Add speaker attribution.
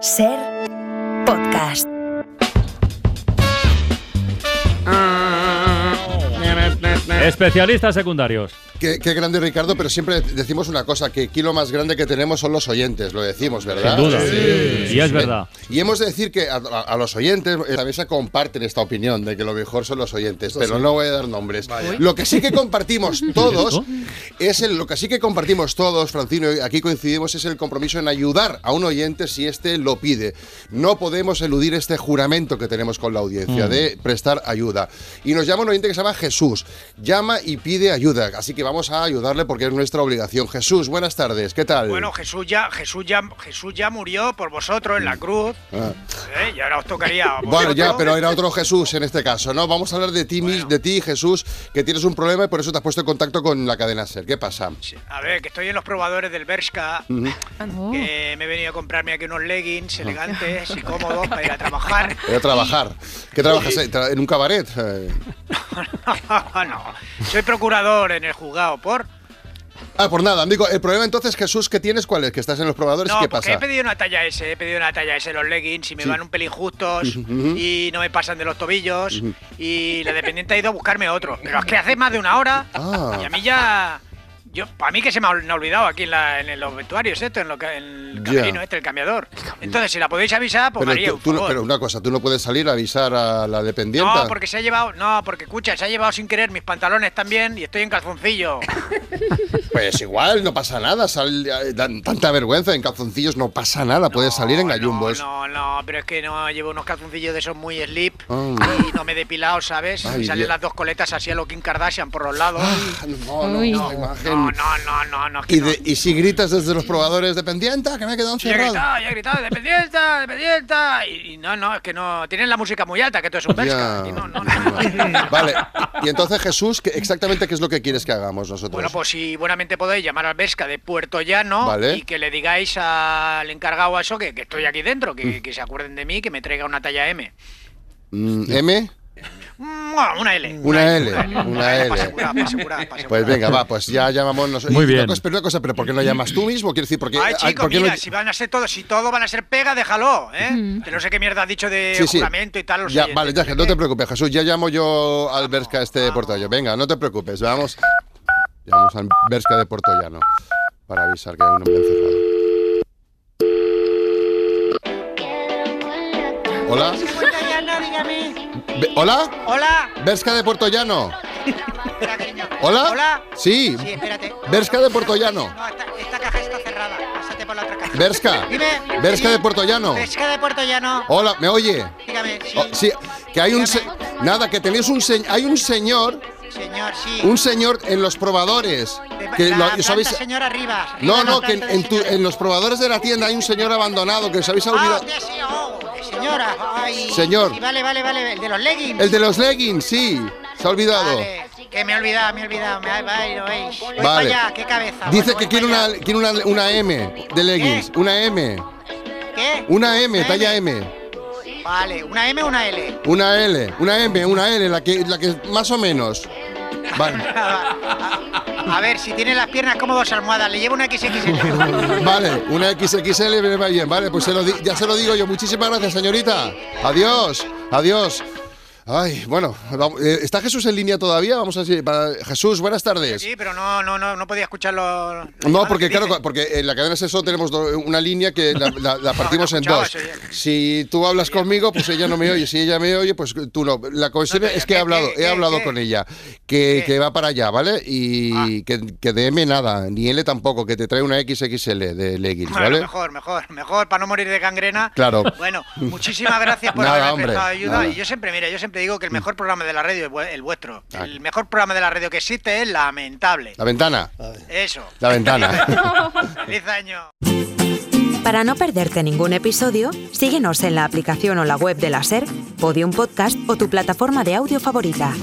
Speaker 1: Ser podcast.
Speaker 2: Especialistas secundarios.
Speaker 3: Qué, qué grande Ricardo, pero siempre decimos una cosa, que aquí lo más grande que tenemos son los oyentes, lo decimos, ¿verdad?
Speaker 2: Sin duda. Sí. Y es verdad.
Speaker 3: Y hemos de decir que a, a- a los oyentes eh, también se comparten esta opinión de que lo mejor son los oyentes, pero no voy a dar nombres. Lo que sí que compartimos todos es el, lo que sí que compartimos todos, Francino, y aquí coincidimos es el compromiso en ayudar a un oyente si éste lo pide. No podemos eludir este juramento que tenemos con la audiencia de prestar ayuda. Y nos llama un oyente que se llama Jesús. Llama y pide ayuda, así que vamos a ayudarle porque es nuestra obligación. Jesús, buenas tardes. ¿Qué tal?
Speaker 4: Bueno, Jesús ya, Jesús ya, Jesús ya murió por vosotros en la cruz.
Speaker 3: Ah.
Speaker 4: ¿eh? Y ahora os tocaría. a
Speaker 3: Bueno, ya,
Speaker 4: vosotros.
Speaker 3: pero era otro Jesús en este caso, ¿no? Vamos a hablar de ti, mis- de ti, Jesús, que tienes un problema y por eso te has puesto en contacto con la cadena SER. ¿Qué pasa?
Speaker 4: Sí, A ver, que estoy en los probadores del Bershka,
Speaker 3: Mm.
Speaker 4: que me he venido a comprarme aquí unos
Speaker 3: Ah.
Speaker 4: leggings elegantes y cómodos para ir a trabajar.
Speaker 3: Voy a trabajar. ¿Qué trabajas? eh? ¿Tra- ¿En un cabaret? Eh,
Speaker 4: no, soy procurador en el juzgado por.
Speaker 3: Ah, por nada, amigo. El problema entonces, Jesús, que tienes? ¿Cuál es? ¿Que estás en los probadores?
Speaker 4: No,
Speaker 3: ¿Qué
Speaker 4: porque
Speaker 3: pasa?
Speaker 4: he pedido una talla S, he pedido una talla S en los leggings y me
Speaker 3: Sí.
Speaker 4: van un pelín justos y no me pasan de los tobillos y la dependiente ha ido a buscarme otro. Pero es que hace más de una hora
Speaker 3: Ah.
Speaker 4: y a mí ya... Yo, para mí que se me ha ol- me ha olvidado aquí en, la- en los vestuarios, esto, en, lo, ca- en el
Speaker 3: Ya.
Speaker 4: camerino este, el cambiador. Entonces, si la podéis avisar, pues
Speaker 3: Pero,
Speaker 4: María,
Speaker 3: tú- tú no- pero una cosa, tú no puedes salir a avisar a la dependienta.
Speaker 4: No, porque se ha llevado... No, porque, escucha, se ha llevado sin querer mis pantalones también y estoy en calzoncillo.
Speaker 3: Pues igual, no pasa nada. sal- eh, dan tanta vergüenza en calzoncillos, no pasa nada. Puedes salir en
Speaker 4: No,
Speaker 3: gallumbos.
Speaker 4: No, no, pero es que no llevo unos calzoncillos de esos muy slip
Speaker 3: Ah.
Speaker 4: y no me he depilado, ¿sabes?
Speaker 3: Ay,
Speaker 4: y salen
Speaker 3: Dios.
Speaker 4: las dos coletas así a lo Kim Kardashian por los lados.
Speaker 3: Ah, no, no,
Speaker 5: Uy.
Speaker 3: esta
Speaker 4: no,
Speaker 3: imagen.
Speaker 4: no, no, no, no. es que
Speaker 3: Y,
Speaker 4: no.
Speaker 3: de- y si gritas desde los probadores, dependienta, que me he quedado
Speaker 4: Yo he
Speaker 3: encerrado.
Speaker 4: gritado, yo he gritado, dependienta, dependienta. Y, y no, no, es que no. Tienen la música muy alta, que tú es un
Speaker 3: Ya.
Speaker 4: Bershka. Y No, no, no.
Speaker 3: Vale, y entonces Jesús, ¿qué- exactamente qué es lo que quieres que hagamos nosotros?
Speaker 4: Bueno, pues si buenamente podéis llamar al Vesca de Puerto Llano
Speaker 3: Vale.
Speaker 4: y que le digáis al encargado a eso que, que estoy aquí dentro, que, que se acuerden de mí, que me traiga una talla M.
Speaker 3: Mm, M,
Speaker 4: Mua, Una L.
Speaker 3: una L, una
Speaker 4: Para
Speaker 3: L.
Speaker 4: asegurar, para asegurar, para asegurar.
Speaker 3: Pues venga, va, pues ya llamamos nosotros.
Speaker 2: Muy
Speaker 3: Y una
Speaker 2: bien.
Speaker 3: cosa- pero una cosa, pero ¿por qué no llamas tú mismo? Quiero decir, ah, porque
Speaker 4: Ay, chico, mira, si van a ser todo, si todo van a ser pega, déjalo, ¿eh? Que no sé qué mierda has dicho de juramento y tal. los
Speaker 3: Ya,
Speaker 4: oyentes,
Speaker 3: vale, ya,
Speaker 4: sé
Speaker 3: no
Speaker 4: qué.
Speaker 3: te preocupes, Jesús. Ya llamo yo al Berska este de Portollano. Venga, no te preocupes, vamos. Llamamos al Berska de Portollano para avisar que hay un hombre encerrado. Hola, Be- hola,
Speaker 4: Hola,
Speaker 3: Berska de Portollano. Hola,
Speaker 4: Hola.
Speaker 3: sí,
Speaker 4: Sí, espérate.
Speaker 3: Berska de Portollano.
Speaker 4: No, esta, esta caja está cerrada. Pásate por la otra caja.
Speaker 3: Berska,
Speaker 4: Dime.
Speaker 3: Berska de Portollano.
Speaker 4: Pesca de Puerto Llano.
Speaker 3: Hola, ¿me oye?
Speaker 4: Dígame, sí.
Speaker 3: Oh, sí, que hay un se- nada, que tenéis un se- hay un señor,
Speaker 4: Señor, sí.
Speaker 3: un señor en los probadores
Speaker 4: De-
Speaker 3: que
Speaker 4: la
Speaker 3: lo-
Speaker 4: planta,
Speaker 3: os habéis-
Speaker 4: señor arriba. arriba
Speaker 3: no,
Speaker 4: la
Speaker 3: no, que en,
Speaker 4: planta
Speaker 3: en
Speaker 4: del
Speaker 3: tu-
Speaker 4: señor.
Speaker 3: en los probadores de la tienda hay un señor abandonado que os habéis
Speaker 4: Ah,
Speaker 3: olvidado.
Speaker 4: de sí, oh, de señora. Ay,
Speaker 3: Señor.
Speaker 4: sí, vale, vale, vale. El de los leggings.
Speaker 3: El de los leggings, sí, se ha olvidado.
Speaker 4: Vale, que me he olvidado, me he olvidado. Me, va, lo veis. Voy para
Speaker 3: Vale.
Speaker 4: allá, qué cabeza.
Speaker 3: Dice
Speaker 4: voy-
Speaker 3: que
Speaker 4: voy para
Speaker 3: quiere una,
Speaker 4: allá.
Speaker 3: quiere una, una M de leggings, una M,
Speaker 4: ¿Qué?
Speaker 3: una M,
Speaker 4: ¿Una
Speaker 3: talla
Speaker 4: M?
Speaker 3: M,
Speaker 4: Vale, ¿una M o una L?
Speaker 3: una L, una M, una L, la que, la que más o menos. Vale,
Speaker 4: A, a ver, si tiene las piernas como dos almohadas, le llevo una XXL.
Speaker 3: vale, una XXL me va bien, vale, pues se lo di- ya se lo digo yo. Muchísimas gracias, señorita. Adiós, adiós. Ay, bueno, vamos- eh, ¿está Jesús en línea todavía? Vamos a ver si- para- Jesús, buenas tardes.
Speaker 4: Sí, pero no, no, no, no podía escucharlo.
Speaker 3: No, porque claro,
Speaker 4: Dice,
Speaker 3: porque en la cadena SESO tenemos do- una línea que la, la- la partimos en
Speaker 4: escuchaba,
Speaker 3: dos.
Speaker 4: se oye.
Speaker 3: Si tú hablas conmigo, pues ella no me oye. Si ella me oye, pues tú no. La cuestión
Speaker 4: No te oye.
Speaker 3: es que he
Speaker 4: ¿Qué,
Speaker 3: hablado,
Speaker 4: qué,
Speaker 3: he
Speaker 4: qué,
Speaker 3: hablado
Speaker 4: qué?
Speaker 3: con ella, que,
Speaker 4: ¿Qué?
Speaker 3: que va para allá, ¿vale? Y
Speaker 4: Ah.
Speaker 3: que, que de M nada, ni L tampoco, que te trae una XXL de leggings,
Speaker 4: bueno,
Speaker 3: ¿vale?
Speaker 4: mejor, mejor, mejor, para no morir de gangrena.
Speaker 3: Claro.
Speaker 4: Bueno, muchísimas gracias por
Speaker 3: Nada,
Speaker 4: haberme
Speaker 3: hombre,
Speaker 4: prestado ayuda.
Speaker 3: nada.
Speaker 4: Y yo siempre, mira, yo siempre digo que el mejor programa de la radio es vue- el vuestro.
Speaker 3: Ah.
Speaker 4: El mejor programa de la radio que existe es Lamentable.
Speaker 3: La ventana,
Speaker 4: Eso.
Speaker 3: la ventana.
Speaker 4: Feliz año.
Speaker 1: Para no perderte ningún episodio, síguenos en la aplicación o la web de la Ser, Podium Podcast o tu plataforma de audio favorita.